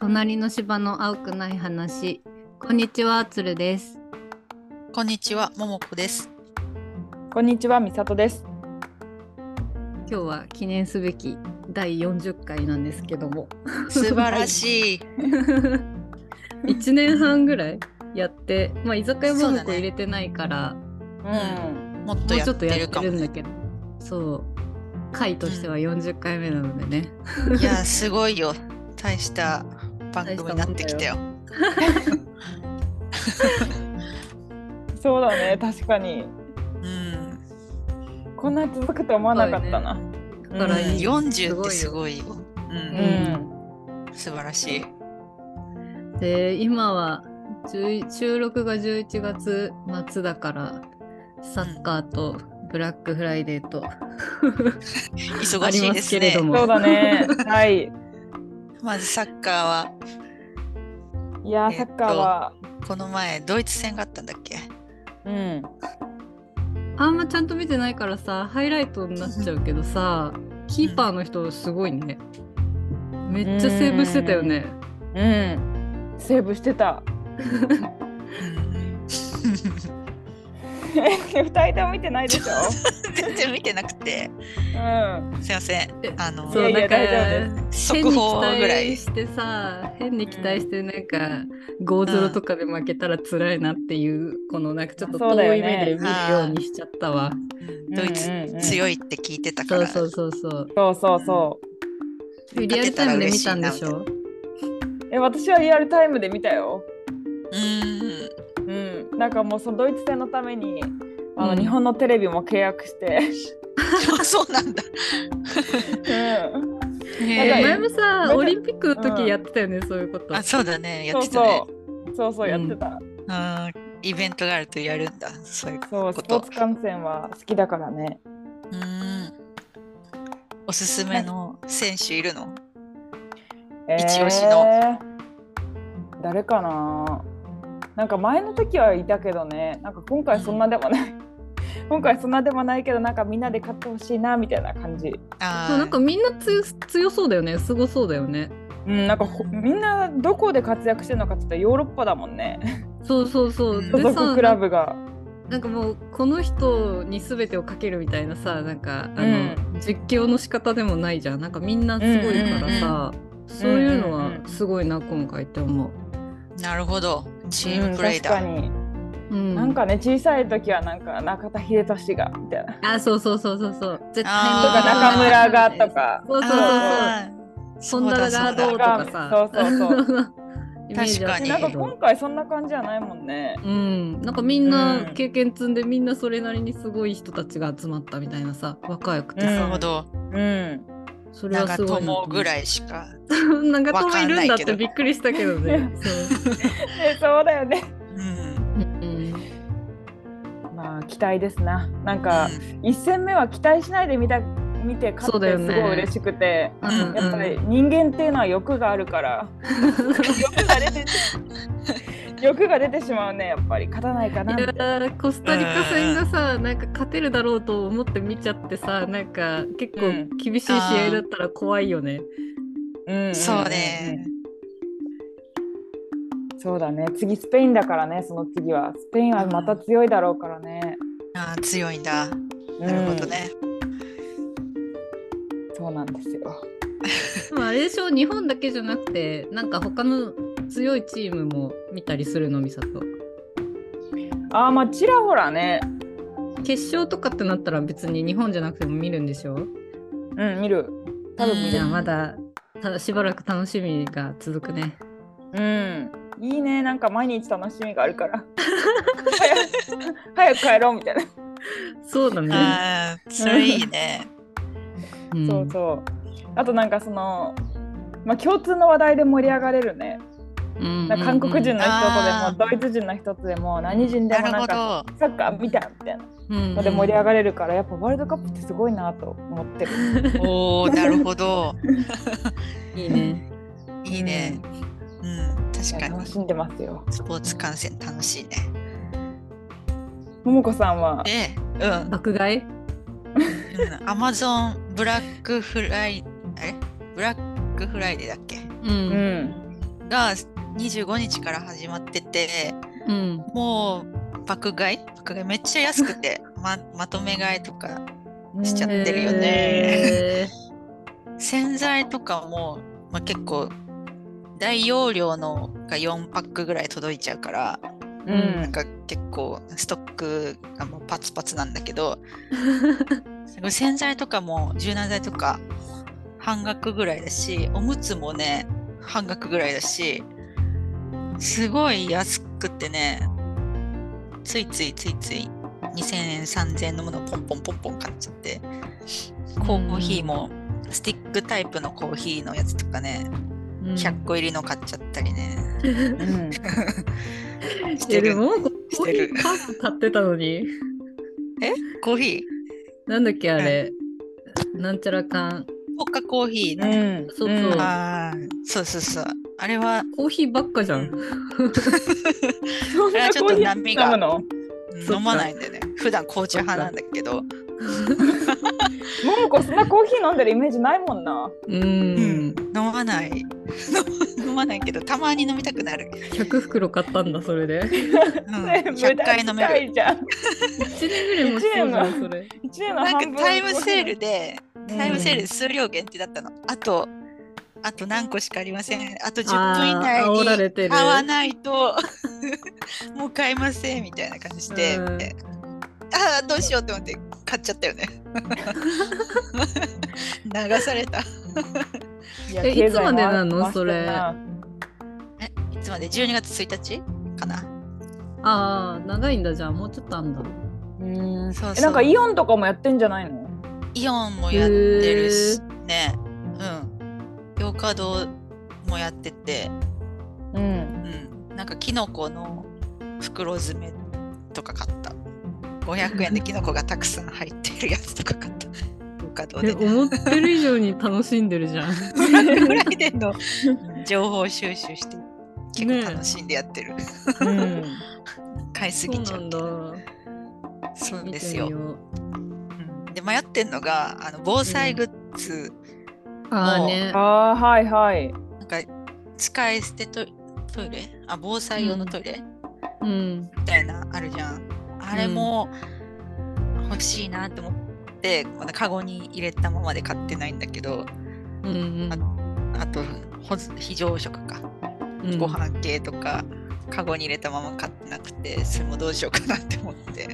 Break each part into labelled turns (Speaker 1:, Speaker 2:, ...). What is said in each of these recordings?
Speaker 1: 隣の芝の青くない話。こんにちは、つるです。
Speaker 2: こんにちは、ももこです。
Speaker 3: こんにちは、みさとです。
Speaker 1: 今日は記念すべき第40回なんですけども。
Speaker 2: 素晴らしい。
Speaker 1: 1年半ぐらいやって、まあ、居酒屋も
Speaker 2: そう
Speaker 1: も
Speaker 2: だ
Speaker 1: こ
Speaker 2: ね
Speaker 1: 入れてないから、
Speaker 3: うん。
Speaker 2: もっと
Speaker 1: もう
Speaker 2: や
Speaker 1: ちょ
Speaker 2: っ
Speaker 1: っと
Speaker 2: て
Speaker 1: やっ
Speaker 2: る
Speaker 1: て
Speaker 2: か
Speaker 1: る
Speaker 2: も。
Speaker 1: んだけど。そう。回としては40回目なのでね。
Speaker 2: いや、すごいよ。大した番組になってきたよ。
Speaker 3: そうだね、確かに。
Speaker 2: うん。
Speaker 3: こんな続くと思わなかったな。
Speaker 1: だから、
Speaker 3: うん
Speaker 2: 40ってす
Speaker 1: いよ。
Speaker 2: ごいよ。う、
Speaker 3: うんん。
Speaker 2: 素晴らしい。
Speaker 1: で、今は10収録が11月末だから、サッカーとブラックフライデーと。
Speaker 2: 忙しいで
Speaker 1: ありますけ
Speaker 2: すね。
Speaker 1: れど
Speaker 2: ま
Speaker 1: も
Speaker 3: そう だね。はい。
Speaker 2: ずサッカーは、
Speaker 3: いやー、
Speaker 2: え
Speaker 3: サ
Speaker 2: っと
Speaker 3: ッカーは。
Speaker 2: この前、ドイツ戦があったんだっけ
Speaker 3: うん。
Speaker 1: あんまちゃんと見てないからさハイライトになっちゃうけどさキーパーの人すごいねめっちゃセーブしてたよね
Speaker 3: うん。セーブしてた。
Speaker 2: うん、
Speaker 3: 二人とも見てないでしょ。
Speaker 2: 全然見てなくて、
Speaker 3: うん。
Speaker 2: すいません。あの、
Speaker 1: そう
Speaker 3: いやい
Speaker 1: だ
Speaker 3: や
Speaker 1: から
Speaker 3: 大丈
Speaker 2: 速報
Speaker 1: 変
Speaker 2: ぐ
Speaker 1: に
Speaker 2: ら
Speaker 1: 期待
Speaker 2: い。
Speaker 1: してさ変に期待してなんか5-0とかで負けたら辛いなっていうこのなんかちょっと
Speaker 3: そうだ
Speaker 1: 遠い
Speaker 3: よ
Speaker 1: 目
Speaker 3: ね
Speaker 1: で見るようにしちゃったわ
Speaker 2: うんドイツ
Speaker 3: うんうんうん
Speaker 2: 強いって聞いてたか
Speaker 1: そう
Speaker 2: ら。
Speaker 1: そうそうそう
Speaker 3: そうそうそ
Speaker 1: リアルタイムで見たんでしょ
Speaker 3: う。え、私はリアルタイムで見たよ。
Speaker 2: うん。
Speaker 3: うん。なんかもう、そのドイツ戦のために。あの、
Speaker 1: うん
Speaker 3: 日本のテレビも契約して。
Speaker 2: あそうなんだ。
Speaker 3: うん。
Speaker 1: え
Speaker 3: やばい
Speaker 1: 前もさ
Speaker 3: うん
Speaker 1: オリンピックの時やってたよねそういうこと
Speaker 2: あそうだねや
Speaker 3: そ
Speaker 2: っ
Speaker 3: う
Speaker 2: てたね
Speaker 3: そ。う。そうそう、やってた。
Speaker 2: あーイベントがあるとやるんだそういう
Speaker 3: そう、
Speaker 2: こ
Speaker 3: スポ
Speaker 2: と
Speaker 3: ーツ。観戦は好きだからね。
Speaker 2: うーんおすすめの選手いるの？一押しの
Speaker 3: えー誰かななんか前の時はいたけどねなんか今回そんなでもない、 今回そんなでもないけどなんかみんなで勝ってほしいなみたいな感じ
Speaker 2: あ
Speaker 1: そ
Speaker 2: ー
Speaker 1: うなんかみんな強強そうだよねすごそうだよね
Speaker 3: うんなんかほみんなどこで活躍してるのかって言ったらヨーロッパだもんね
Speaker 1: そうそうそう。
Speaker 2: うん
Speaker 3: 所
Speaker 1: で
Speaker 3: 属
Speaker 1: さ
Speaker 3: クラブが
Speaker 1: なんかもうこの人に全てをかけるみたいなさなんかあの、
Speaker 3: うん
Speaker 1: 実況の仕方でもないじゃんなんかみんなすごいからさ、そういうの
Speaker 3: うんうんう
Speaker 1: は
Speaker 3: ん
Speaker 1: すごいな今回って思う。
Speaker 2: なるほどチー
Speaker 3: うん
Speaker 2: ムプレイ
Speaker 3: 確か
Speaker 2: だ。
Speaker 3: に、
Speaker 1: うん、
Speaker 3: なんかね小さい時はなんか中田英寿がみたいなと
Speaker 1: あそうそうそうそうそう絶対
Speaker 2: あー
Speaker 3: か中村がとか
Speaker 1: そうそうそうそう
Speaker 2: あー
Speaker 1: そんならがどうとかさ
Speaker 3: そうそう そう
Speaker 1: イメージあった
Speaker 2: 確
Speaker 1: けど
Speaker 3: でなんか今回そんな感じじゃないもんね
Speaker 1: うん、なんかみんな
Speaker 3: うん
Speaker 1: 経験積んで、みんなそれなりにすごい人たちが集まったみたいなさ若くて
Speaker 2: なる
Speaker 1: さ、
Speaker 2: ほど。
Speaker 3: うん
Speaker 1: それ
Speaker 2: な
Speaker 1: は
Speaker 2: んか
Speaker 1: すごいなと思
Speaker 2: 友
Speaker 1: う
Speaker 2: ぐ らいしか。
Speaker 1: 長
Speaker 2: わ
Speaker 1: 友
Speaker 2: か
Speaker 1: い
Speaker 2: ん
Speaker 1: る
Speaker 2: なんい
Speaker 1: だっ
Speaker 2: け
Speaker 1: て
Speaker 2: ど
Speaker 1: びっくりしたけどね。そう
Speaker 3: えそうだよね
Speaker 2: うん。
Speaker 1: うん
Speaker 3: まあ期待ですななんか、一戦目は期待しないで見た見て勝
Speaker 1: そう
Speaker 3: っ
Speaker 1: だ
Speaker 3: て
Speaker 1: よ
Speaker 3: す
Speaker 1: ね
Speaker 3: ごい嬉しくて、
Speaker 1: うん
Speaker 3: やっぱり人間っていうのは欲があるから、欲が出て欲が出てしまうねやっぱり勝たないかない
Speaker 1: やーコスタリカ戦がさなんか勝てるだろうと思って見ちゃってさなんか結
Speaker 3: う
Speaker 1: 構
Speaker 3: ん
Speaker 1: 厳しい試合だったら怖いよね。
Speaker 3: うん
Speaker 2: そうね。
Speaker 3: そうだね次スペインだからねその次はスペインはまた強いだろうからね、
Speaker 2: あー強いんだ。
Speaker 3: うん
Speaker 2: なるほどね。
Speaker 3: そうなんですよ
Speaker 1: でもあれでしょ日本だけじゃなくてなんか他の強いチームも見たりするのみさと。
Speaker 3: あーまあちらほらね
Speaker 1: 決勝とかってなったら別に日本じゃなくても見るんでしょ
Speaker 3: うん見る多分見
Speaker 1: じ
Speaker 3: る
Speaker 1: ゃあまだたしばらく楽しみが続くね。
Speaker 3: うん、いいね、なんか毎日楽しみがあ るから。早く早く帰ろうみたいな。
Speaker 1: そうだね。
Speaker 2: ああそれいいね。
Speaker 1: ん
Speaker 3: そうそう。あとなんかその、まあ、共通の話題で盛り上がれるね。
Speaker 1: うん
Speaker 3: なんか韓国人の人
Speaker 2: あ
Speaker 3: とでも、ドイツ人の人とでも、何人で
Speaker 2: な
Speaker 3: も
Speaker 2: る
Speaker 3: な
Speaker 2: ほ
Speaker 3: んか
Speaker 2: ど。
Speaker 3: サッカー見たみたいな
Speaker 1: うん
Speaker 3: ので盛り上がれるから、やっぱワールドカップってすごいなと思ってる。
Speaker 2: おおなるほど。
Speaker 1: いいね。
Speaker 2: いいね。うん
Speaker 3: い
Speaker 2: 確
Speaker 3: や
Speaker 2: か
Speaker 3: 楽
Speaker 2: に
Speaker 3: しんでますよ。
Speaker 2: スポーツ観戦楽しいね。
Speaker 3: ももこさんは、
Speaker 2: で、うん。
Speaker 1: 爆買い
Speaker 2: アマゾンブラックフライ、あれブラックフライデーだっけ
Speaker 1: う。
Speaker 3: うんん、
Speaker 2: が25日から始まってて
Speaker 1: うん。
Speaker 2: もう爆買い爆買いめっちゃ安くて ままとめ買いとかしちゃってるよね
Speaker 1: へ
Speaker 2: 洗剤とかも、まあ、結構大容量のが4パックぐらい届いちゃうから
Speaker 3: う
Speaker 2: なん
Speaker 3: ん
Speaker 2: か結構ストックがもうパツパツなんだけど
Speaker 1: ー
Speaker 2: すごい洗剤とかも柔軟剤とか半額ぐらいだしおむつもね半額ぐらいだしすごい安くてねついついついつい2000円3000円のものをポンポンポンポン買っちゃってコーヒーもスティックタイプのコーヒーのやつとかね
Speaker 1: うん
Speaker 2: 100個入りの買っちゃったりね、
Speaker 3: うん
Speaker 2: して
Speaker 1: えで
Speaker 2: る
Speaker 1: も
Speaker 2: し
Speaker 1: コー
Speaker 2: て
Speaker 1: ヒ
Speaker 2: る
Speaker 1: ーパック買ってたのに。
Speaker 2: コーヒー
Speaker 1: なんだっけあれ。なんちゃらかん。
Speaker 2: ポッカコーヒー
Speaker 3: う
Speaker 2: ね、
Speaker 3: ん
Speaker 1: そうそう
Speaker 3: うん
Speaker 2: ああそうそうそうあれは
Speaker 1: コーヒーばっかじゃん。
Speaker 3: そんなコーヒー
Speaker 2: あれはちょっと波が
Speaker 3: 飲むの
Speaker 1: そっか
Speaker 2: 飲まないんだよね普段紅茶派なんだけど
Speaker 3: ももこそんなコーヒー飲んでるイメージないもんな。
Speaker 1: う
Speaker 2: うんん。飲まない 飲まないけどたまに飲みたくなる、
Speaker 1: 100袋買ったんだそれで。
Speaker 2: うん、
Speaker 3: ね 無
Speaker 2: 100
Speaker 3: 駄
Speaker 2: 回飲める
Speaker 3: 遣いじ ゃん。
Speaker 1: 1年ぐらいもそうじゃんそれ。
Speaker 3: 一年の
Speaker 2: な
Speaker 3: 半
Speaker 2: ん
Speaker 3: 分
Speaker 2: かタイムセールでタイムセール
Speaker 1: う
Speaker 2: で数量限定だったのあとあと何個しかありませんあと10
Speaker 1: あ
Speaker 2: 分
Speaker 1: ー
Speaker 2: 以内
Speaker 1: 煽られて
Speaker 2: に
Speaker 1: る
Speaker 2: 買わないと もう買いませんみたいな感じで、
Speaker 1: うん
Speaker 2: ああどうしようって思って買っちゃったよね 流された
Speaker 3: いや
Speaker 1: え
Speaker 3: 経済
Speaker 1: いつまでなの
Speaker 3: 回してるな
Speaker 2: えいつまで12月1日かな
Speaker 1: ああ長いんだじゃあもうちょっとあんだ。
Speaker 3: うん
Speaker 2: そう
Speaker 3: え
Speaker 2: そう
Speaker 3: なんかイオンとかもやってんじゃないの
Speaker 2: イオンもやってるしねうんヨーカドーもやってて
Speaker 3: うん
Speaker 2: うんなんかキノコの袋詰めとか買った500円でキノコがたくさん入ってるやつとか買った ヨーカドー
Speaker 1: え
Speaker 2: で
Speaker 1: 思ってる以上に楽しんでるじ ゃん。
Speaker 2: それぐらいでの 情報収集して結
Speaker 1: ねえ
Speaker 2: 構楽しんでやってる、
Speaker 3: うん
Speaker 2: 買いすぎちゃうけど
Speaker 1: そうなんだ。
Speaker 2: そう
Speaker 1: 見
Speaker 2: で
Speaker 1: て
Speaker 2: す
Speaker 1: み
Speaker 2: よ
Speaker 1: よう。
Speaker 2: うんで迷ってんのがあの防災グッズ、
Speaker 1: ああ
Speaker 2: もう
Speaker 1: ね。
Speaker 3: あーはいはい
Speaker 2: なんか使い捨てトイトイレあ防災用のトイレ、
Speaker 1: うん。
Speaker 2: みたいなあるじゃんあれも欲しいなって思ってまだカゴに入れたままで買ってないんだけど
Speaker 1: うんうん
Speaker 2: あとほず非常食か
Speaker 1: うん。
Speaker 2: ご飯系とか、カゴに入れたまま買ってなくてそれもどうしようかなって思って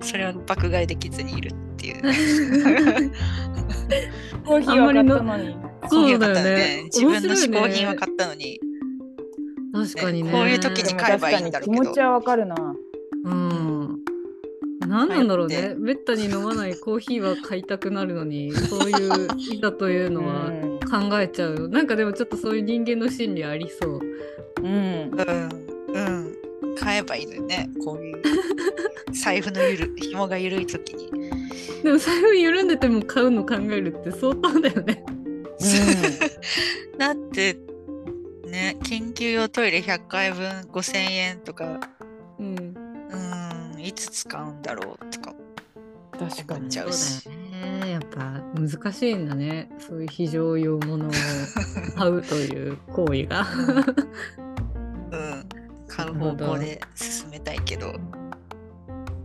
Speaker 2: それは爆買いできずにいるっていう
Speaker 3: コーヒーは買ったのに
Speaker 1: そうだよ
Speaker 2: ね
Speaker 1: ね。
Speaker 2: 自分の
Speaker 1: 面白い
Speaker 2: 嗜
Speaker 1: ね
Speaker 2: 好品は買ったのに、
Speaker 1: 確かにね。
Speaker 2: こういう時
Speaker 3: で
Speaker 2: に
Speaker 3: も
Speaker 2: 買え
Speaker 3: 確
Speaker 2: ばい
Speaker 3: か
Speaker 2: いん
Speaker 3: に
Speaker 2: だろ
Speaker 3: 気
Speaker 2: うけど
Speaker 3: 持ちはわかるな
Speaker 1: うん。何なんだろう
Speaker 2: 迷っ
Speaker 1: ね。めったに飲まないコーヒーは買いたくなるのに、そういういざというの
Speaker 3: う
Speaker 1: は
Speaker 3: ん
Speaker 1: 考えちゃう。なんかでもちょっとそういう人間の心理ありそう。
Speaker 2: う
Speaker 3: うん
Speaker 2: んうん買えばいいのよねこういう 財布のゆる紐が緩い時に、
Speaker 1: でも財布緩んでても買うの考えるって相当だよね。
Speaker 2: だってね緊急用トイレ100回分5,000円とか
Speaker 1: うん。
Speaker 2: うんいつ使うんだろう とか
Speaker 3: 確か
Speaker 2: 思っ
Speaker 3: に
Speaker 2: ちゃうし
Speaker 1: そうだよね。やっぱ難しいんだね。そういう非常用ものを買うという行為が。
Speaker 2: うん買う方向で進めたいけど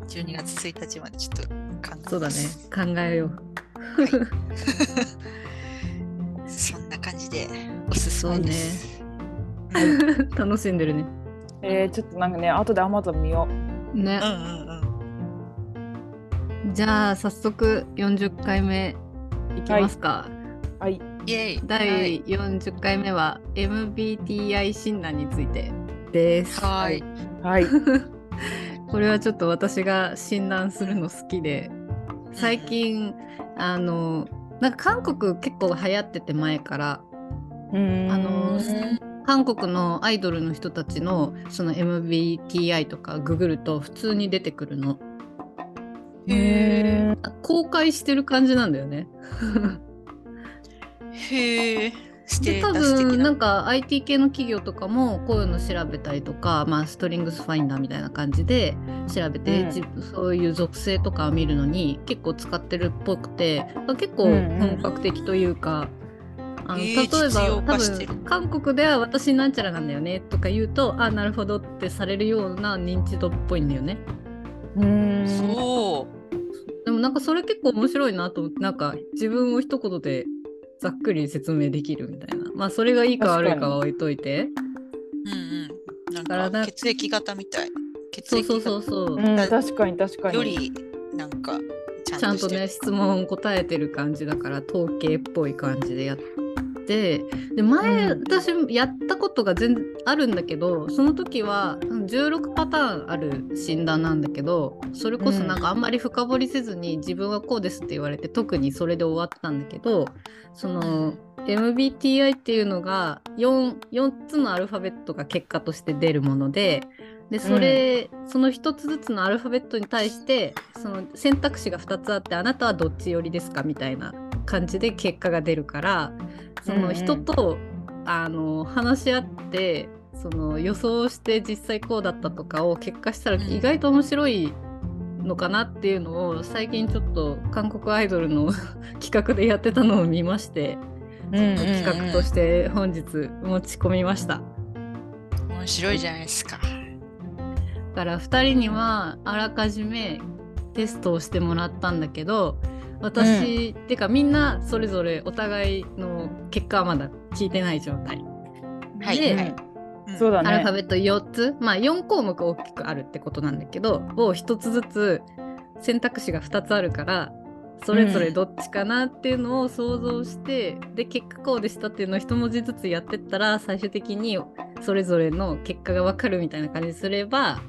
Speaker 2: 12月1日までちょっと考えます
Speaker 1: そうだね。考えよう。
Speaker 2: はいそんな感じでおすすめです、
Speaker 1: 楽しんでるね。
Speaker 3: えーちょっとなんかね後でアマゾン見よ
Speaker 1: ね
Speaker 2: うん。うんうん
Speaker 1: じゃあ早速40回目いきますか。
Speaker 3: うはい
Speaker 2: イエイ
Speaker 1: 第40回目は MBTI 診断についてです。
Speaker 2: はーい
Speaker 3: はい
Speaker 1: これはちょっと私が診断するの好きで最近あのなんか韓国結構流行ってて前から
Speaker 3: うん
Speaker 1: あの韓国のアイドルの人たちのその MBTI とかググると普通に出てくるの
Speaker 3: へ
Speaker 1: 公開してる感じなんだよね。
Speaker 2: へえ。ス
Speaker 1: で
Speaker 2: テ
Speaker 1: 多
Speaker 2: ータス的
Speaker 1: 分
Speaker 2: な。
Speaker 1: なんか IT 系の企業とかもこういうの調べたりとか、まあ、ストリングスファインダーみたいな感じで調べて、
Speaker 3: うん
Speaker 1: じそういう属性とかを見るのに結構使ってるっぽくてまあ結構
Speaker 3: うんうん
Speaker 1: 本格的というか、あの
Speaker 2: えー
Speaker 1: 例え
Speaker 2: 実用
Speaker 1: ば多
Speaker 2: 化してる
Speaker 1: 分韓国では私なんちゃらなんだよねとか言うとあなるほどってされるような認知度っぽいんだよね
Speaker 3: うん
Speaker 2: そう
Speaker 1: でもなんかそれ結構面白いなと思ってなんか自分を一言でざっくり説明できるみたいなまあそれがいいか
Speaker 3: 確かに
Speaker 1: 悪いかは置いといて
Speaker 2: うんうんなん
Speaker 1: だか
Speaker 2: から血液型みたい血
Speaker 1: そう
Speaker 2: 液
Speaker 1: そう
Speaker 2: 型
Speaker 1: そうそう
Speaker 3: うん、確かに確かに。
Speaker 2: よりなんかち
Speaker 1: ちゃんと
Speaker 2: してる
Speaker 1: ね質問答えてる感じだから統計っぽい感じでやってで前、
Speaker 3: うん
Speaker 1: 私やったことが全あるんだけどその時はうん16パターンある診断なんだけどそれこそなんかあんまり深掘りせずに自分はこうですって言われて特にそれで終わったんだけどその MBTI っていうのが 4, 4つのアルファベットが結果として出るものででそれ、その1つずつのアルファベットに対してその選択肢が2つあってあなたはどっち寄りですかみたいな感じで結果が出るからそ
Speaker 3: うんう
Speaker 1: の
Speaker 3: ん
Speaker 1: 人と、あの話し合ってその予想して実際こうだったとかを結果したら
Speaker 2: うん
Speaker 1: 意外と面白いのかなっていうのを最近ちょっと韓国アイドルの 企画でやってたのを見まして。
Speaker 3: うん
Speaker 2: うん
Speaker 1: 企画として本日持ち込みました。
Speaker 2: 面白いじゃないですか
Speaker 1: だから2人にはあらかじめテストをしてもらったんだけど私、てかみんなそれぞれお互いの結果はまだ聞いてない状態。
Speaker 2: はい
Speaker 1: で
Speaker 2: はい
Speaker 3: うんそうだ
Speaker 1: アルファ
Speaker 3: ね。
Speaker 1: ベット4つ、まあ、4項目大きくあるってことなんだけどを1つずつ選択肢が2つあるからそれぞれどっちかなっていうのを想像して、で結果こうでしたっていうのを1文字ずつやってったら最終的にそれぞれの結果が分かるみたいな感じにすれば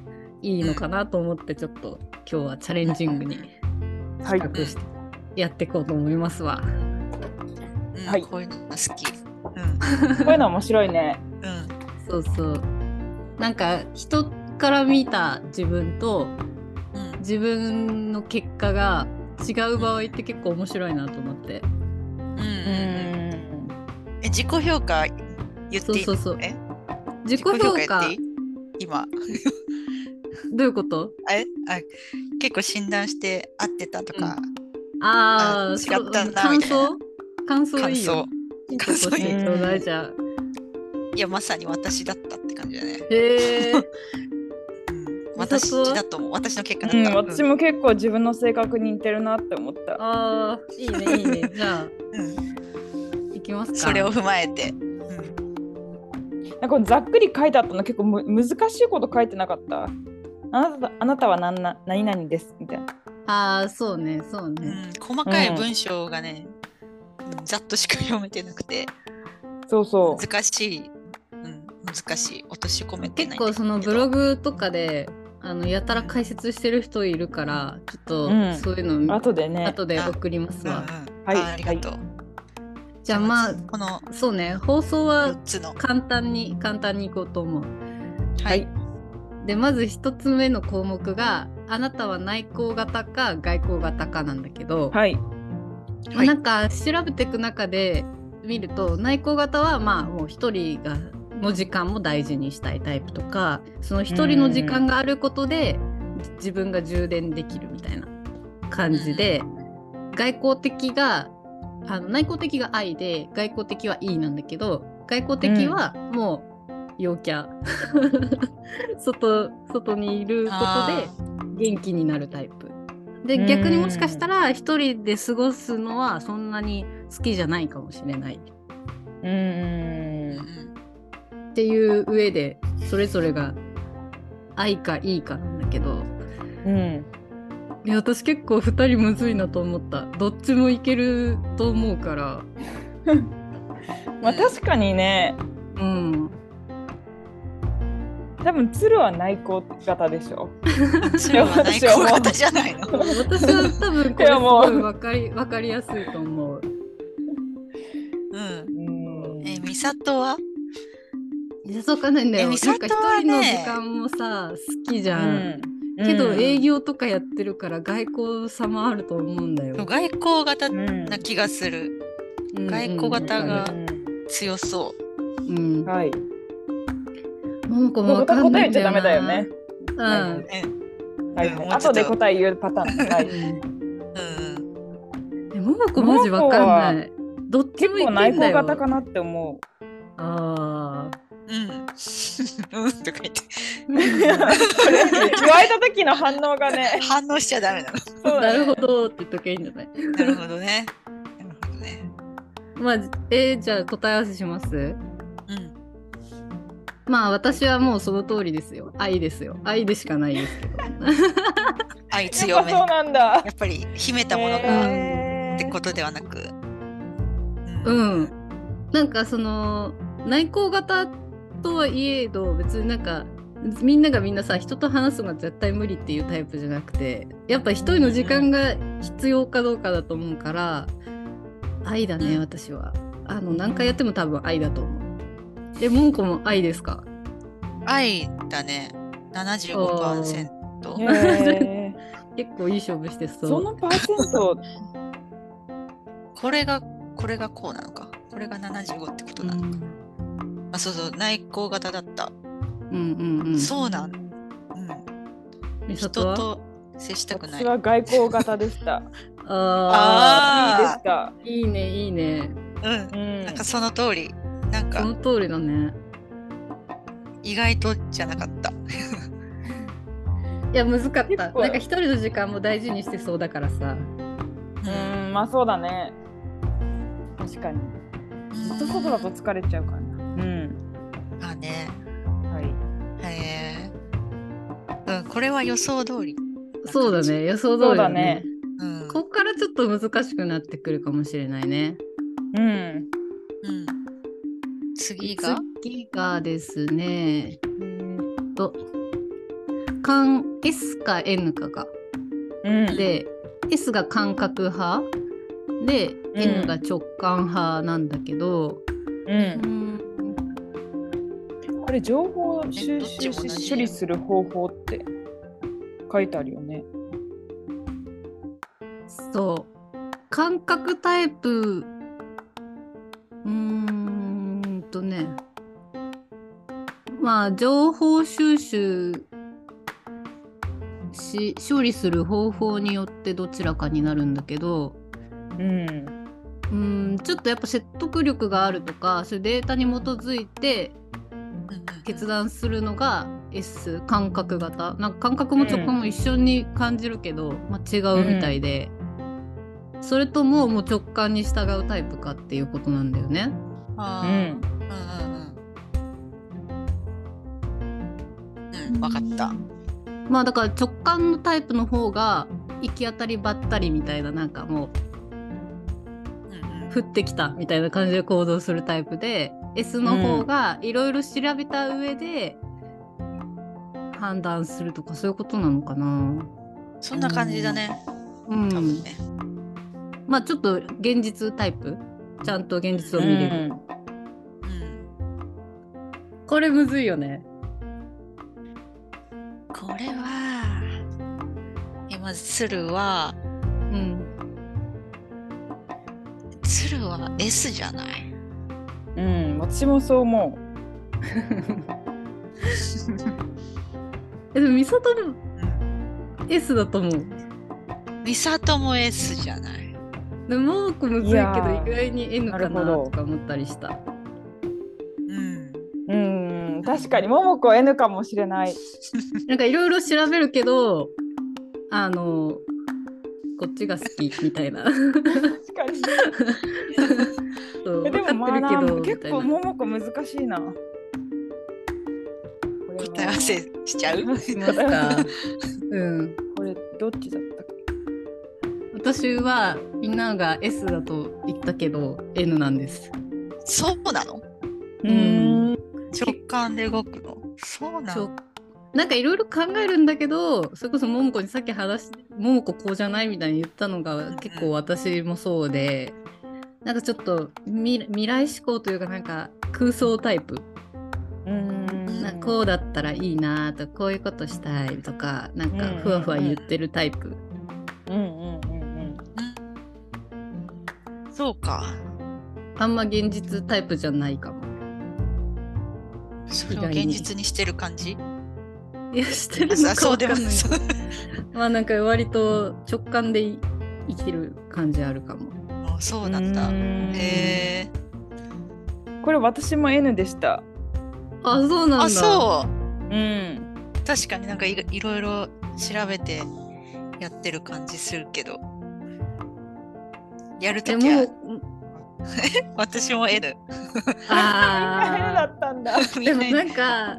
Speaker 1: いいのかなと思ってちょっと今日はチャレンジングに
Speaker 3: はい。
Speaker 1: 企画してやっていこうと思いますわ。
Speaker 2: うん
Speaker 3: はい
Speaker 2: こういうのが好きうん
Speaker 3: こういうの面白いね。
Speaker 2: うん
Speaker 1: そうそうなんか人から見た自分と
Speaker 2: うん
Speaker 1: 自分の結果が違う場合って結構面白いなと思って
Speaker 2: うんうん
Speaker 3: う
Speaker 2: うん
Speaker 3: ん。
Speaker 2: え自己評価言ってい
Speaker 1: そう
Speaker 2: い
Speaker 1: そうそう
Speaker 2: え
Speaker 1: 自己評価
Speaker 2: やっていい今
Speaker 1: どういうこと
Speaker 2: えあ結構診断して合ってたとか、
Speaker 1: ああ
Speaker 2: あ違ったな
Speaker 1: 感
Speaker 2: みたいな
Speaker 1: 想感想
Speaker 2: 感
Speaker 1: いい
Speaker 2: 想
Speaker 1: よヒントとして
Speaker 2: 感想
Speaker 3: いい
Speaker 1: ちょうだいじゃあ
Speaker 2: いやまさに私だったって感じだね、
Speaker 1: へえ
Speaker 2: うん、
Speaker 1: 美
Speaker 2: 私
Speaker 1: 里は
Speaker 2: だと思う私の結果だ
Speaker 3: う
Speaker 2: っ
Speaker 3: ん、
Speaker 2: た、
Speaker 3: 私も結構自分の性格に似てるなって思った。
Speaker 1: あーいいねいい ねじゃあ
Speaker 2: うん
Speaker 1: 行きますか
Speaker 2: それを踏まえて、うん
Speaker 3: なんかこのざっくり書いてあったの結構む難しいこと書いてなかった。あなたあなたは何な何々ですみたいな。
Speaker 1: ああそうねそう
Speaker 2: う
Speaker 1: ね、
Speaker 2: ん、細かい文章がね、うんざっとしか読めてなくて
Speaker 3: そうそう。
Speaker 2: 難しい、うん、難しい落とし込め
Speaker 1: 結
Speaker 2: てないんだ
Speaker 1: 構
Speaker 2: けど
Speaker 1: そのブログとかであのやたら解説してる人いるからちょっ
Speaker 3: うん
Speaker 1: とそういうの、
Speaker 3: あとでね。
Speaker 1: 後で送ります
Speaker 2: うんうん
Speaker 1: わ、
Speaker 3: はい
Speaker 2: あありがとう、
Speaker 1: じゃあまあ
Speaker 2: この
Speaker 1: そうね放送は
Speaker 2: 4つの
Speaker 1: 簡単に簡単にいこうと思う。
Speaker 2: はい、
Speaker 1: でまず1つ目の項目があなたは内向型か外向型かなんだけど、
Speaker 3: はい。
Speaker 1: まあなんか調べていく中で見ると内向型はまあもう1人がの時間も大事にしたいタイプとかその1人の時間があることで自分が充電できるみたいな感じで外交的があの内向的が愛で外交的は E なんだけど外交的はもう陽キャ 外外にいることで元気になるタイプで
Speaker 3: うん
Speaker 1: 逆にもしかしたら一人で過ごすのはそんなに好きじゃないかもしれない
Speaker 3: うん
Speaker 2: うんう
Speaker 3: うん
Speaker 1: っていう上でそれぞれが愛かいいかなんだけど
Speaker 3: んうん。
Speaker 1: いや私結構2人むずいなと思ったどっちもいけると思うから
Speaker 3: まあ確かにね。
Speaker 1: うん
Speaker 3: 多分鶴は内向型でしょ。
Speaker 2: それは内向型じゃないの。
Speaker 1: 私は多分これすごい分かり分かりやすいと思う。
Speaker 2: うん。
Speaker 3: うん
Speaker 2: え、ミサトはい
Speaker 1: やそうかんないんだよ。
Speaker 2: え
Speaker 1: な
Speaker 2: 美
Speaker 1: んか
Speaker 2: 里は
Speaker 1: 一人
Speaker 2: ね
Speaker 1: の時間もさ好きじ
Speaker 3: う
Speaker 1: ゃん。
Speaker 3: ん。
Speaker 1: けど営
Speaker 3: 業。
Speaker 1: 業とかやってるから外交さもあると思うんだよ。
Speaker 2: 外交型
Speaker 3: うん
Speaker 2: な気がする。
Speaker 1: うん
Speaker 2: 外交型が
Speaker 3: う
Speaker 2: 強そう。
Speaker 1: うん
Speaker 3: ん。。はい。
Speaker 1: 桃子も分かん
Speaker 3: 答
Speaker 1: な
Speaker 3: え
Speaker 1: いんだ
Speaker 3: ち
Speaker 1: よ
Speaker 3: ゃダ
Speaker 1: な。
Speaker 3: メだよね。
Speaker 1: う
Speaker 3: は
Speaker 1: ん
Speaker 3: い。
Speaker 2: え、
Speaker 3: はい
Speaker 2: うん
Speaker 3: は
Speaker 2: もう
Speaker 3: い。
Speaker 2: ちょ
Speaker 3: 後
Speaker 2: っと
Speaker 3: で答 え言うパターン。はい。
Speaker 1: うん
Speaker 2: うん。
Speaker 1: え桃子マジ分かんない。どっち
Speaker 3: 結
Speaker 1: もい
Speaker 3: 構
Speaker 1: けんだ
Speaker 3: 内
Speaker 1: よ
Speaker 3: 向型かなって思
Speaker 1: あー
Speaker 2: うん。 うんとか言って
Speaker 3: う。それ言われた時の反応がね。
Speaker 2: 反応しちゃダメなの。
Speaker 3: そ う
Speaker 1: な
Speaker 3: だ
Speaker 1: る
Speaker 3: ね
Speaker 1: ほどって言っときゃいいんじゃない
Speaker 2: なるほどね。なるほどね。
Speaker 1: まあえーじゃあ答え合わせします
Speaker 2: うん。
Speaker 1: まあ私はもうその通りですよ愛ですよ愛でしかないですけど
Speaker 2: 愛
Speaker 3: や
Speaker 2: 強
Speaker 3: っぱ
Speaker 2: め。
Speaker 3: そう
Speaker 2: や
Speaker 3: なんだ。
Speaker 2: っぱり秘めたものがっ
Speaker 3: へー
Speaker 2: てことではなく。うん
Speaker 1: うんなんかその内向型とはいえど別になんかみんながみんなさ人と話すのが絶対無理っていうタイプじゃなくてやっぱ一人の時間が必要かどうかだと思うから愛だね
Speaker 2: うん
Speaker 1: 私はあの何回やっても多分愛だと思うで文子も愛ですか
Speaker 2: 愛だね。75%。
Speaker 3: へ ー
Speaker 1: 結構いい勝負してそう
Speaker 3: そのパーセント
Speaker 2: これが、これがこうなのか。これが75ってことなのか。あ、そうそう。内向型だった。
Speaker 1: うんうんうん
Speaker 2: そうなん。うん。
Speaker 1: 美
Speaker 2: 人
Speaker 1: 里は
Speaker 2: と接したくな
Speaker 3: 私
Speaker 2: い。
Speaker 3: は外交型でした。
Speaker 1: あ
Speaker 3: いいで
Speaker 2: あ
Speaker 3: した。
Speaker 1: ーいいねいいね
Speaker 2: ーうん。
Speaker 3: うん
Speaker 2: なんかその通り。なん
Speaker 1: そ
Speaker 2: か
Speaker 1: の通りだね
Speaker 2: 意外とじゃなかった。
Speaker 1: いや難かったなん
Speaker 3: 結構
Speaker 1: か一人の時間も大事にしてそうだから さ
Speaker 3: うん、まあそうだね。確かに。ずっと外だと疲れちゃうからな。うん。
Speaker 2: まあね。
Speaker 3: はい。
Speaker 2: へえ。うん、これは予想通り。
Speaker 1: そうだ。ね予想通
Speaker 3: そう
Speaker 1: りだ
Speaker 3: だ
Speaker 1: ね
Speaker 3: ね。
Speaker 2: うん。
Speaker 1: こっからちょっと難しくなってくるかもしれないね
Speaker 3: うん。
Speaker 2: うん、次が。
Speaker 1: 次がですねえーっと感 S か N かが
Speaker 3: うん。
Speaker 1: で S が感覚派で
Speaker 3: ん
Speaker 1: N が直感派なんだけど、
Speaker 3: う
Speaker 1: うん
Speaker 3: ん。これ情報を収
Speaker 2: どっち
Speaker 3: 集
Speaker 2: も同じ
Speaker 3: し処理する方法って書いてあるよね。
Speaker 1: そう感覚タイプうーんとねまあ情報収集し処理する方法によってどちらかになるんだけど
Speaker 3: うん。
Speaker 1: うーんちょっとやっぱ説得力があるとかそういうデータに基づいて
Speaker 2: うんうん
Speaker 1: 決断するのが S 感覚型なんか感覚も直感も一緒に感じるけど、まあ、違うみたいで、それとももう直感に従うタイプかっていうことなんだよね。
Speaker 2: あ
Speaker 3: う
Speaker 2: ー
Speaker 3: ん。
Speaker 2: うんうんうん。うん、わかった。
Speaker 1: まあだから直感のタイプの方が行き当たりばったりみたいななんかも
Speaker 2: うん
Speaker 1: う降ってきたみたいな感じで行動するタイプで S の方がいろいろ調べた上で判断するとかそういうことなのかな。
Speaker 2: うん、そんな感じだね。
Speaker 1: う
Speaker 2: 多分
Speaker 1: ん、
Speaker 2: ね。
Speaker 1: まあちょっと現実タイプちゃんと現実を見れる。
Speaker 2: うん。
Speaker 1: これむずいよね。
Speaker 2: これは。今、鶴は。
Speaker 1: うん。
Speaker 2: 鶴は S じゃない。
Speaker 3: うん。うん。私もそう思う。
Speaker 1: えでも美里も S だと思う。
Speaker 2: 美里も S じゃない。
Speaker 1: でももこむずい
Speaker 3: い
Speaker 1: けど
Speaker 3: やー
Speaker 1: 意外に N か
Speaker 3: な
Speaker 1: な
Speaker 3: るほど
Speaker 1: とか思ったりした。
Speaker 2: うん。
Speaker 3: うん。確かに、ももこ N かもしれない。
Speaker 1: なんかいろいろ調べるけどあのこっちが好きみたい な。
Speaker 3: 確かに。
Speaker 1: そう
Speaker 3: えでもまあ
Speaker 1: 分
Speaker 3: な
Speaker 1: かってるけどみた
Speaker 3: 結
Speaker 1: いな
Speaker 3: 構。ももこ難しいな。
Speaker 2: 答え合わせしちゃう。
Speaker 1: しますか。うん。
Speaker 3: これどっちだったっけ
Speaker 1: 私はみんなが S だと言ったけど N なんです。
Speaker 2: そうなの
Speaker 1: うー
Speaker 2: 直感で動くの。そうな
Speaker 1: ちょ
Speaker 2: の
Speaker 1: なんかいろいろ考えるんだけどそれこそ桃子にさっき話し桃子こうじゃないみたいに言ったの
Speaker 2: んう
Speaker 1: が
Speaker 2: ん
Speaker 1: 結構私もそうでなんかちょっと未未来志向というかなんか空想タイプ、
Speaker 3: うーん
Speaker 1: なこうだったらいいなとかこういうことしたいとかなんか
Speaker 3: うんうんうん
Speaker 1: ふわふわ言ってるタイプ、
Speaker 3: うんうんうん
Speaker 2: そうか。
Speaker 1: あんま現実タイプじゃないかも
Speaker 2: それを
Speaker 1: 意外
Speaker 2: 現
Speaker 1: に
Speaker 2: 実にしてる感じ
Speaker 1: いやしてるのか
Speaker 2: あそう
Speaker 1: わ
Speaker 2: で
Speaker 1: か
Speaker 2: も
Speaker 1: んない
Speaker 2: そう
Speaker 1: まあなんか割と直感でい生きてる感じあるかも
Speaker 2: あ あそうなんだ。
Speaker 3: ん
Speaker 2: へえ。
Speaker 3: これ私も N でした。
Speaker 1: あそうなんだ
Speaker 2: あそう。
Speaker 3: うん。
Speaker 2: 確かになんかいいろいろ調べてやってる感じするけど。やる
Speaker 1: で
Speaker 2: ときは
Speaker 1: も
Speaker 2: 私も N。
Speaker 3: N だ
Speaker 1: あ
Speaker 3: ったんだ。
Speaker 1: ー でもなんか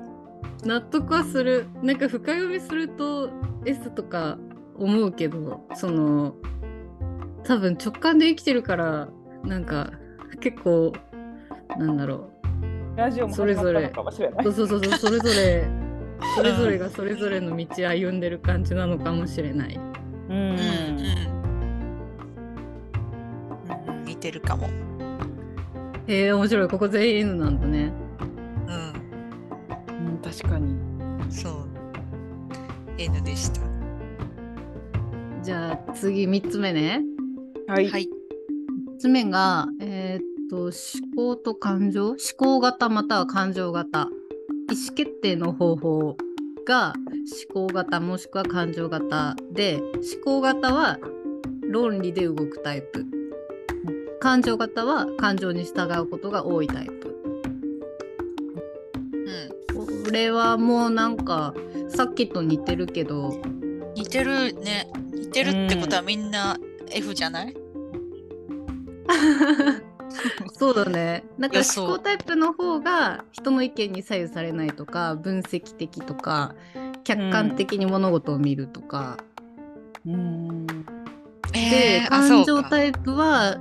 Speaker 1: 納得はするなんか深読みすると S とか思うけどその多分直感で生きてるからなんか結構なんだろ
Speaker 3: ラジオも始まったのかもしれな
Speaker 1: う
Speaker 3: い。
Speaker 1: そうそうそうそうそれぞれそれぞれがそれぞれの道歩んでる感じなのかもしれない。
Speaker 3: う
Speaker 2: うんんうんうん。似てるかも。
Speaker 1: へえ面白いここ全員 N なんだね。
Speaker 2: うん。
Speaker 3: うん確かに。
Speaker 2: そう。N でした。
Speaker 1: じゃあ次3つ目ね。
Speaker 3: はい。
Speaker 2: はい。
Speaker 1: 3つ目が、えーっと思考と感情思考型または感情型意思決定の方法が思考型もしくは感情型で思考型は論理で動くタイプ感情型は感情に従うことが多いタイプ
Speaker 2: う
Speaker 1: これはもうなんかさっきと似てるけど
Speaker 2: ん。似てるね。似てるってことはみんな F じゃない、
Speaker 1: そうだね。なんか
Speaker 2: いやそう
Speaker 1: 思考タイプの方が人の意見に左右されないとか分析的とか客観的に物事を見るとか、
Speaker 3: うん。
Speaker 1: で
Speaker 2: えーあ
Speaker 1: 感
Speaker 2: そう
Speaker 1: 情
Speaker 2: か
Speaker 1: タイプは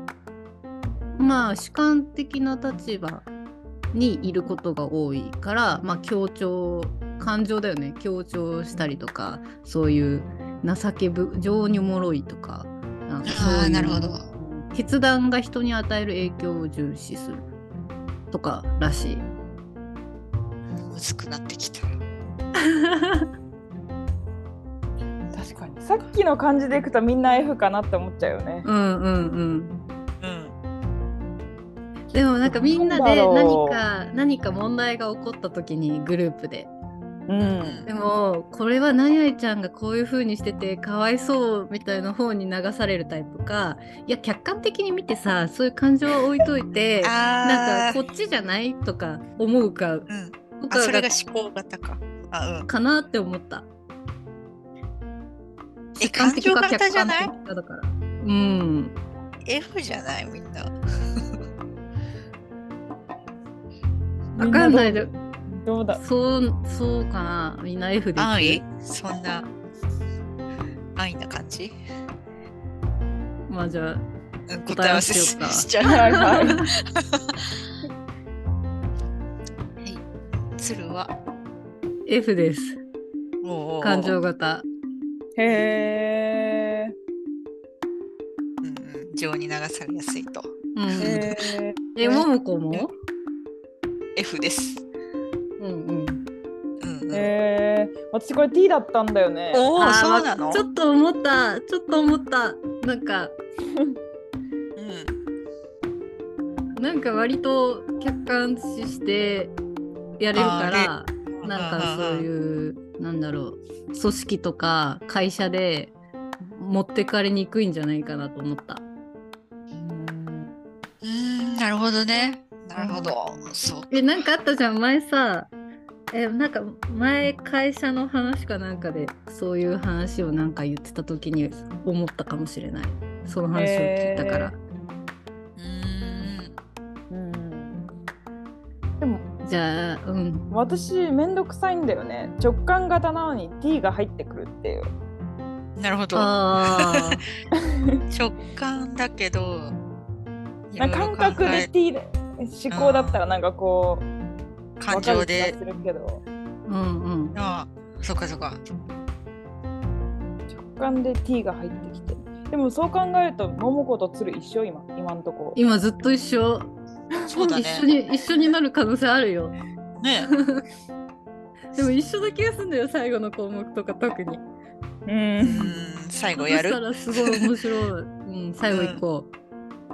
Speaker 1: まあ主観的な立場にいることが多いから、まあ、協調感情だよね協調したりとかそういう情けぶ情にもろいとかなんかそういう
Speaker 2: ああなるほど。
Speaker 1: 決断が人に与える影響を重視するとからし い。
Speaker 2: 薄くなってきた。
Speaker 3: 確かに。さっきの感じでいくとみんな F かなって思っちゃうよね。
Speaker 1: うんうんうん。
Speaker 2: うん。
Speaker 1: でもなんかみんな
Speaker 3: なん
Speaker 1: で
Speaker 3: だ
Speaker 1: 何
Speaker 3: ろう
Speaker 1: か何か問題が起こった時にグループで。
Speaker 3: う。
Speaker 2: うんん
Speaker 1: でもこれは何々ちゃんがこういう風にしててかわいそうみたいな方に流されるタイプかいや客観的に見てさそういう感情は置いとい てな
Speaker 2: あ
Speaker 1: ん
Speaker 2: あ。
Speaker 1: かこっちじゃないとか思うか
Speaker 2: うん。
Speaker 1: と
Speaker 2: あ
Speaker 1: か
Speaker 2: それ
Speaker 1: が
Speaker 2: が思考型か。あうん。
Speaker 1: かなって思った。
Speaker 2: え
Speaker 1: 主観的か
Speaker 2: 感情型じゃない
Speaker 1: 客観的かだから。うん。
Speaker 2: F じゃないみんな。
Speaker 1: わかんないで、
Speaker 3: どうだ。
Speaker 1: そう、そうかな。みんな F で
Speaker 2: 安
Speaker 1: い
Speaker 2: 易
Speaker 1: く。
Speaker 2: そんな安易な感じ、
Speaker 1: まあじゃあ、
Speaker 2: うん、答え合わせし
Speaker 1: 答え合わせしようか
Speaker 2: しちゃう。
Speaker 3: はいはい。
Speaker 2: はい。鶴 は
Speaker 1: F です。
Speaker 2: もう
Speaker 1: 感情型。
Speaker 3: へー
Speaker 2: うんうん、情に流されやすいと。
Speaker 1: うん。
Speaker 3: へー
Speaker 1: え、ももこも
Speaker 2: F です。
Speaker 1: うんうん。
Speaker 2: うんうん
Speaker 3: えー、私これ T だったんだよね。
Speaker 2: お
Speaker 1: あ
Speaker 2: お、
Speaker 1: ー
Speaker 2: そうなの、
Speaker 1: まちょっと思った。ちょっと思った。なんか、
Speaker 2: うん、
Speaker 1: なんか割と客観視してやれるから、なんかそう
Speaker 2: う。
Speaker 1: いう、なんだろう、組織とか会社で持ってかれにくいんじゃないかなと思った。
Speaker 2: うーん、なるほどね。なるほど。そう。
Speaker 1: えなんかあったじゃん前さえなんか前会社の話かなんかでそういう話をなんか言ってた時に思ったかもしれないその話を聞いたから、
Speaker 2: うーん。
Speaker 3: うんでも
Speaker 1: じゃあうん
Speaker 3: 私めんどくさいんだよね直感型なのに T が入ってくるっていう
Speaker 2: なるほど。
Speaker 1: あ
Speaker 2: 直感だけど。いろ
Speaker 3: な
Speaker 2: ろ
Speaker 3: いんか
Speaker 2: 考
Speaker 3: 感覚
Speaker 2: え
Speaker 3: で T で思考だったらなんかこう
Speaker 2: 感情で
Speaker 3: わかる気がするけど
Speaker 1: ーうんうん
Speaker 2: ああ、そうかそうか。
Speaker 3: 直感で T が入ってきてでもそう考えると桃子と鶴一緒今今んとこ
Speaker 1: 今ずっと一緒、
Speaker 2: そうだ
Speaker 1: 一緒
Speaker 2: ね。
Speaker 1: に一緒になる可能性あるよ
Speaker 2: ね。
Speaker 1: でも一緒だけ休んだよ最後の項目とか特に
Speaker 3: う
Speaker 2: うんーん、最後や
Speaker 1: そした
Speaker 2: る。
Speaker 1: らすごい面 白い、うん、最後行こ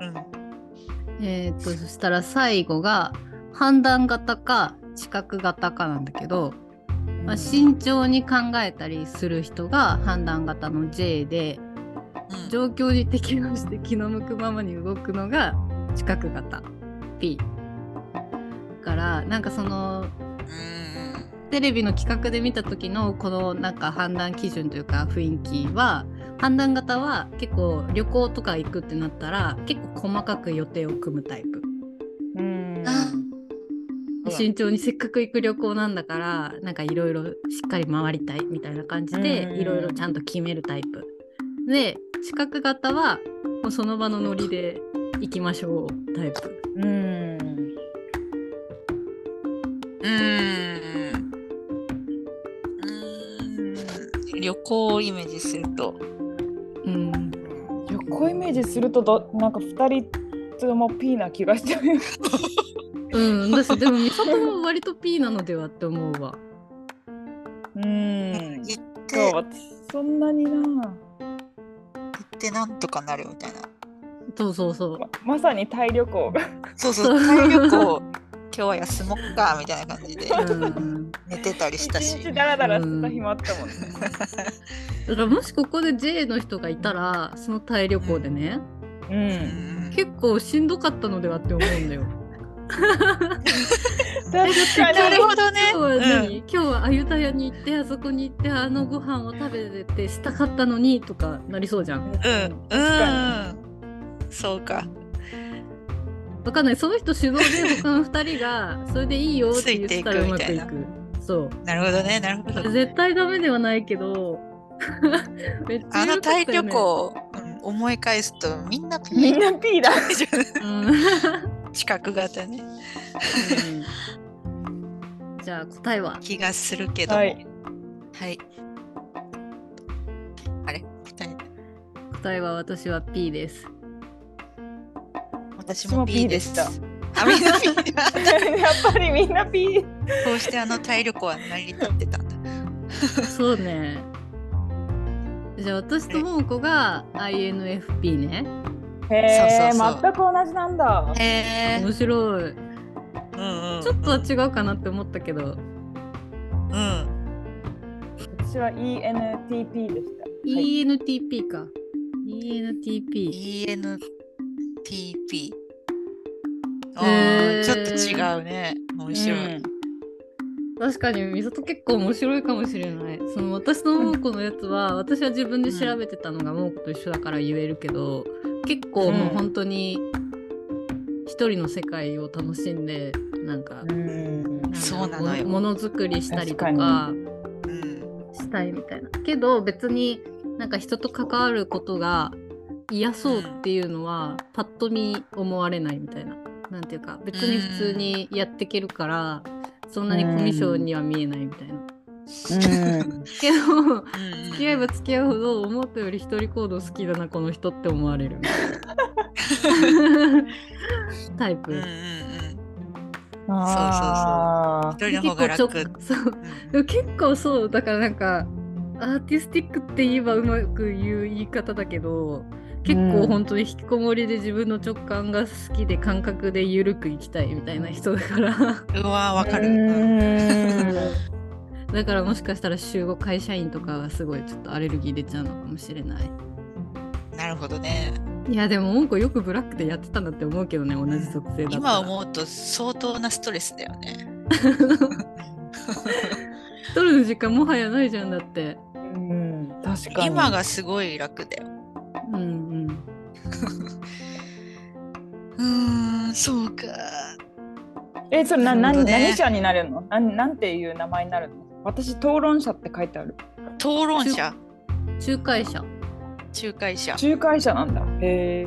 Speaker 1: う、
Speaker 2: うん。
Speaker 1: えー、とそしたら最後が判断型か知覚型かなんだけど、まあ、慎重に考えたりする人が判断型の J で
Speaker 2: うん
Speaker 1: 状況に適応して気の向くままに動くのが知覚型 P だからなんかその
Speaker 2: うん
Speaker 1: テレビの企画で見た時のこのなんか判断基準というか雰囲気は判断型は結構旅行とか行くってなったら結構細かく予定を組むタイプ
Speaker 3: うん
Speaker 2: あ
Speaker 1: で慎重にせっかく行く旅行なんだからなんかいろいろしっかり回りたいみたいな感じ
Speaker 3: う
Speaker 1: で
Speaker 3: ん
Speaker 1: いろいろちゃんと決めるタイプで視覚型はもうその場のノリで行きましょうタイプ
Speaker 3: うん
Speaker 2: うーんうーん旅行をイメージすると
Speaker 1: うん
Speaker 3: 旅行イメージするとどなんか2人とも P な気がしてる
Speaker 1: うん私でも美里も割と P なのではって思うわ
Speaker 3: うん
Speaker 2: 行っ
Speaker 3: そう
Speaker 2: て行っ
Speaker 3: 私そんなにな
Speaker 2: てなんとかなるみたいな
Speaker 1: そうそうそう
Speaker 3: ままさにタイ旅行が
Speaker 2: そう
Speaker 1: そ
Speaker 2: そうう体力を今日は休もっかみたいな感じで
Speaker 1: うん
Speaker 2: 寝てたり
Speaker 3: 一
Speaker 2: したし
Speaker 3: 日ダラダラしてた暇あったもんね
Speaker 1: だからもしここで J の人がいたらそのタイ旅行でね、
Speaker 3: う
Speaker 2: うんん
Speaker 1: 結構しんどかったのではって思うんだ よ。
Speaker 3: 確かに
Speaker 2: なるほどね
Speaker 1: 今日は何、今日はあゆたやに行ってあそこに行ってあのご飯を食べてしたかったのにとかなりそうじゃん。
Speaker 2: うんうんうんそうか
Speaker 1: わかんないその人主導で他の2人が それでいいよって言ったらうまく
Speaker 2: ついていくみ
Speaker 1: い
Speaker 2: たい
Speaker 1: く。そう
Speaker 2: なるほどねなるほど
Speaker 1: 絶対ダメではないけど めっちゃ緩かっ
Speaker 2: あ
Speaker 1: たよね
Speaker 2: の体力をうん思い返すとみんなピ
Speaker 3: みん
Speaker 2: ン
Speaker 3: な P だ
Speaker 1: うん
Speaker 2: 知覚型ね
Speaker 1: うんじゃあ答えは
Speaker 2: 気がするけども
Speaker 3: はい
Speaker 2: はいあれ答え
Speaker 1: 答えは私は P です。
Speaker 2: 私
Speaker 3: 私も
Speaker 2: も
Speaker 3: P
Speaker 2: B
Speaker 3: で
Speaker 2: で
Speaker 3: し
Speaker 2: したたあみんな B だ
Speaker 3: やっぱりみんな P
Speaker 2: こうしてあの体力は成り立ってたんだ
Speaker 1: そうね。じゃあ私とももこが INFP ね。
Speaker 3: へえ
Speaker 2: そうそうそう
Speaker 3: 全く同じなんだ
Speaker 2: へえ
Speaker 1: 面白い。
Speaker 2: うんうん
Speaker 1: ちょっとは違うかなって思ったけど、
Speaker 2: うん
Speaker 3: 私は ENTP でした、はい、
Speaker 1: ENTP か。ENTP。
Speaker 2: ENTP あ
Speaker 1: へー
Speaker 2: ーちょっと違うね面白い、
Speaker 3: うん
Speaker 1: 確かにみさと結構面白いかもしれない。その私のもうこのやつは、私は自分で調べてたのがもうこと一緒だから言えるけど、結構もう本当に一人の世界を楽しんで、なんか、
Speaker 3: うん
Speaker 1: か
Speaker 2: そうなのよ
Speaker 1: もものづくりしたりと
Speaker 3: 確
Speaker 1: か
Speaker 3: か
Speaker 2: うん
Speaker 1: したいみたいな。けど別になんか人と関わることが嫌そうっていうのはパッと見思われないみたいな。なんていうか別に普通にやっていけるからそんなにコミュ障には見えないみたいな。
Speaker 3: うん
Speaker 1: けど
Speaker 2: うん
Speaker 1: 付き合えば付き合うほど思ったより一人行動好きだなこの人って思われるみたいなタイ
Speaker 2: うんうん
Speaker 1: プ。
Speaker 2: うん
Speaker 3: あ
Speaker 2: 一人の方が
Speaker 1: 結構
Speaker 2: 楽
Speaker 1: ちょそう
Speaker 2: うん
Speaker 1: でも結構そうだからなんかアーティスティックって言えばうまく言う言い方だけど結
Speaker 3: う
Speaker 1: 構
Speaker 3: ん
Speaker 1: 本当に引きこもりで自分の直感が好きで感覚で緩く生きたいみたいな人だから
Speaker 2: うわーわ
Speaker 3: ー
Speaker 2: かる、
Speaker 3: うん
Speaker 1: だからもしかしたら週5会社員とかはすごいちょっとアレルギー出ちゃうのかもしれない
Speaker 2: なるほどね
Speaker 1: いやでもうんこよくブラックでやってたんだって思うけどね同じ属性だったら
Speaker 2: 今思うと相当なストレスだよ ね
Speaker 1: 一人の時間もはやないじゃんだって
Speaker 3: うん確かに
Speaker 2: 今がすごい楽だよ
Speaker 1: うんうん
Speaker 2: うーんそうか
Speaker 3: えそれな
Speaker 2: なる
Speaker 3: 何
Speaker 2: ほどね
Speaker 3: 何社になるのなんなんていう名前になるの私討論者って書いてある
Speaker 2: 討論者
Speaker 1: 仲介者
Speaker 2: 仲介者
Speaker 3: 仲介者なんだへえ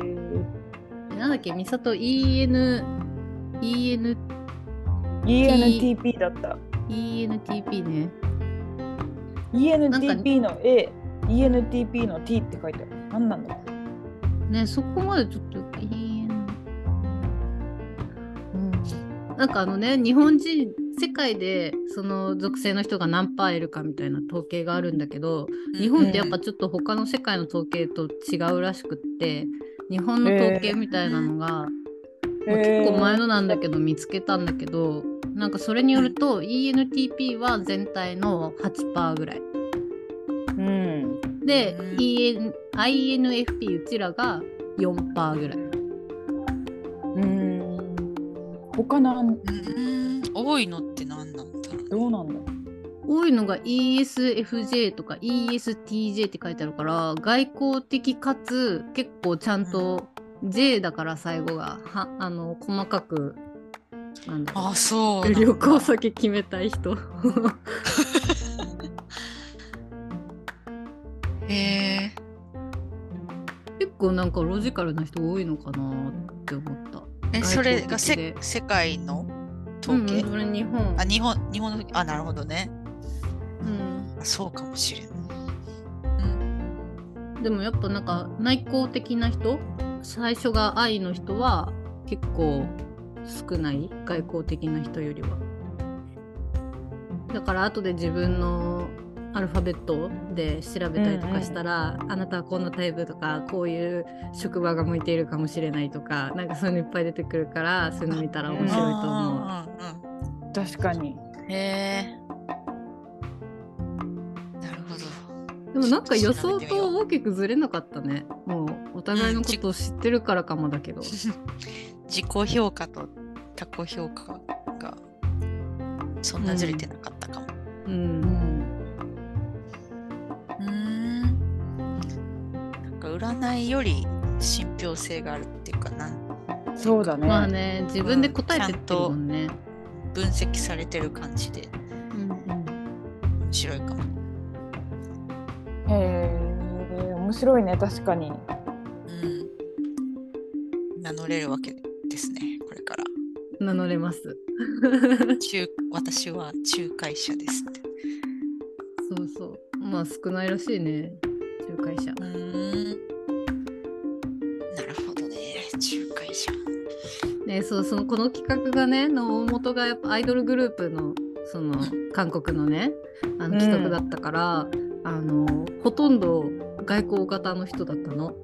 Speaker 1: えなんだっけミサト EN EN
Speaker 3: ENTP だった
Speaker 1: ENTP ね
Speaker 3: ENTP の AENTP の T って書いてある何なんだろう
Speaker 1: ねそこまでちょっといいなうん、なんかあのね日本人世界でその属性の人が何パーいるかみたいな統計があるんだけど日本ってやっぱちょっと他の世界の統計と違うらしくって日本の統計みたいなのが、まあ結構前のなんだけど見つけたんだけどなんかそれによると ENTP は全体の8%ぐらい
Speaker 3: うん
Speaker 1: で、
Speaker 2: うん
Speaker 1: EN INFP うちらが4%ぐらい。
Speaker 3: うん他なん
Speaker 2: うん多いのって何なんだろう
Speaker 3: どうなんだ
Speaker 1: 多いのが ESFJ とか ESTJ って書いてあるから外交的かつ結構ちゃんと J だから最後がはあの細かくなんだろう
Speaker 2: あそうなんだ
Speaker 1: 旅行先決めたい人
Speaker 2: へえ
Speaker 1: 結構なんかロジカルな人多いのかなって思った
Speaker 2: えそれ
Speaker 1: 外交
Speaker 2: がせ
Speaker 1: 的で
Speaker 2: 世界の統計、
Speaker 1: うん、それ日本
Speaker 2: あ日本日本のあなるほどね
Speaker 1: うん
Speaker 2: あそうかもしれない
Speaker 1: でもやっぱなんか内向的な人最初が愛の人は結構少ない外交的な人よりはだから後で自分のアルファベットで調べたりとかしたら、あなたはこんなタイプとかこういう職場が向いているかもしれないとかなんかそういうのいっぱい出てくるからそういうの見たら面白いと思う。
Speaker 2: うんうん
Speaker 3: 確かに
Speaker 2: うんへえなるほど
Speaker 1: でもなんか予想と大きくずれなかったねもうお互いのことを知ってるからかもだけど。
Speaker 2: 自己評価と他己評価がそんなずれてなかったかも
Speaker 1: うん
Speaker 2: うーんなんか占いより信憑性があるっていうかな
Speaker 3: そうだ
Speaker 1: まあ
Speaker 3: ね
Speaker 1: ね、自分で答えてってるもんね。
Speaker 2: 分析されてる感じで面白いかも
Speaker 3: へえ面白いね確かに
Speaker 2: うん名乗れるわけですねこれから
Speaker 1: 名乗れます。そう
Speaker 2: 中私は仲介者ですって
Speaker 1: そう。まあ少ないらしいね、仲介者
Speaker 2: う。ーんなるほどね仲介者
Speaker 1: ね、そうそのこの企画がね、の大元がやっぱアイドルグループのその韓国のね、あ
Speaker 3: う
Speaker 1: の
Speaker 3: ん
Speaker 1: 企画だったから、あのほとんど外交型の人だったの。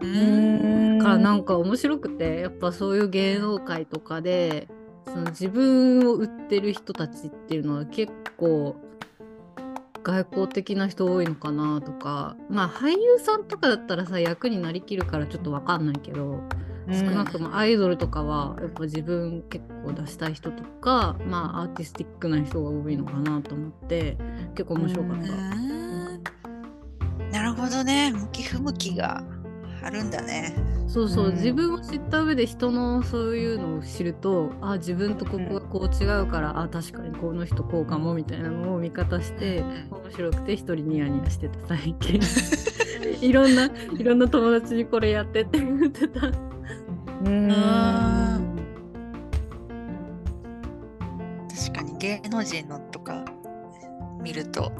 Speaker 2: う
Speaker 3: う
Speaker 2: ーん
Speaker 3: ーん
Speaker 1: からなんか面白くてやっぱそういう芸能界とかでその自分を売ってる人たちっていうのは結構外交的な人多いのかなとかまあ俳優さんとかだったらさ役になりきるからちょっと分かんないけど
Speaker 3: うん
Speaker 1: 少なくともアイドルとかはやっぱ自分結構出したい人とかまあアーティスティックな人が多いのかなと思って結構面白かっ
Speaker 2: う
Speaker 1: た。
Speaker 2: ーんなるほどね向き不向きがあるんだね
Speaker 1: そうそう、
Speaker 3: うん
Speaker 1: 自分を知った上で人のそういうのを知るとあ自分とここがこう違うから、あ確かにこの人こうかもみたいなのを見方して
Speaker 2: うん
Speaker 1: 面白くて一人ニヤニヤしてた最近いろんないろんな友達にこれやってって言ってた
Speaker 3: うー
Speaker 2: あ
Speaker 3: ん
Speaker 2: 確かに芸能人のとか見ると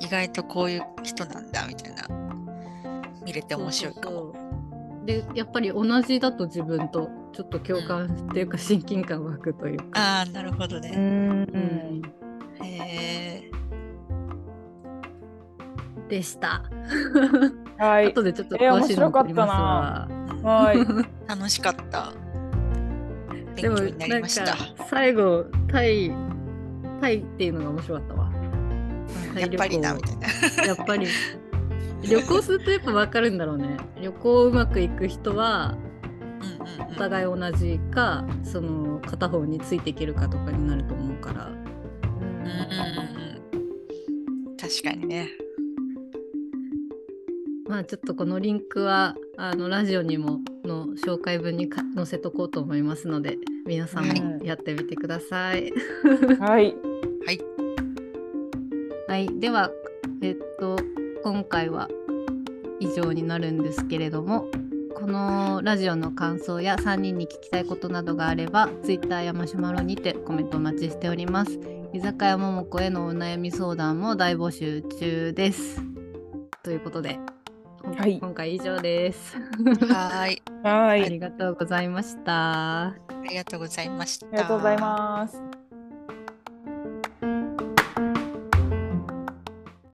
Speaker 2: 意外とこういう人なんだみたいな見れて面白いかも。
Speaker 1: そうそうそうでやっぱり同じだと自分とちょっと共感っていうか親近感湧くというか、
Speaker 2: ああなるほど
Speaker 3: う
Speaker 2: ね。
Speaker 1: うん
Speaker 2: へえ。
Speaker 1: でした、
Speaker 3: はい
Speaker 1: 後でちょっと
Speaker 3: えー
Speaker 1: 詳しいの送りますわ、
Speaker 3: はい
Speaker 2: 楽しかった。
Speaker 1: で
Speaker 2: 勉
Speaker 1: も
Speaker 2: 強にな
Speaker 1: な
Speaker 2: り
Speaker 1: ん
Speaker 2: ま
Speaker 1: か
Speaker 2: した。
Speaker 1: 最後タイタイっていうのが面白かったわ。
Speaker 2: うんやっぱりなみたいな。
Speaker 1: やっぱり旅行するとやっぱ分かるんだろうね。旅行うまくいく人は
Speaker 2: うんうん
Speaker 1: お
Speaker 2: うん
Speaker 1: 互い同じかその片方についていけるかとかになると思うから。
Speaker 2: うんうんうん確かに ね。
Speaker 1: まあちょっとこのリンクはあのラジオにもの紹介文にか載せとこうと思いますので皆さんもやってみてください。
Speaker 3: はい
Speaker 1: はい、では、えっと、今回は以上になるんですけれども、このラジオの感想や3人に聞きたいことなどがあれば、Twitter やマシュマロにてコメントお待ちしております。居酒屋ももこへのお悩み相談も大募集中です。ということで、ほん
Speaker 3: はい
Speaker 1: 今回以上です。
Speaker 2: はーい。
Speaker 3: は
Speaker 1: あ
Speaker 3: い
Speaker 1: りがとうございました。
Speaker 2: ありがとうございました。
Speaker 3: ありがとうございます。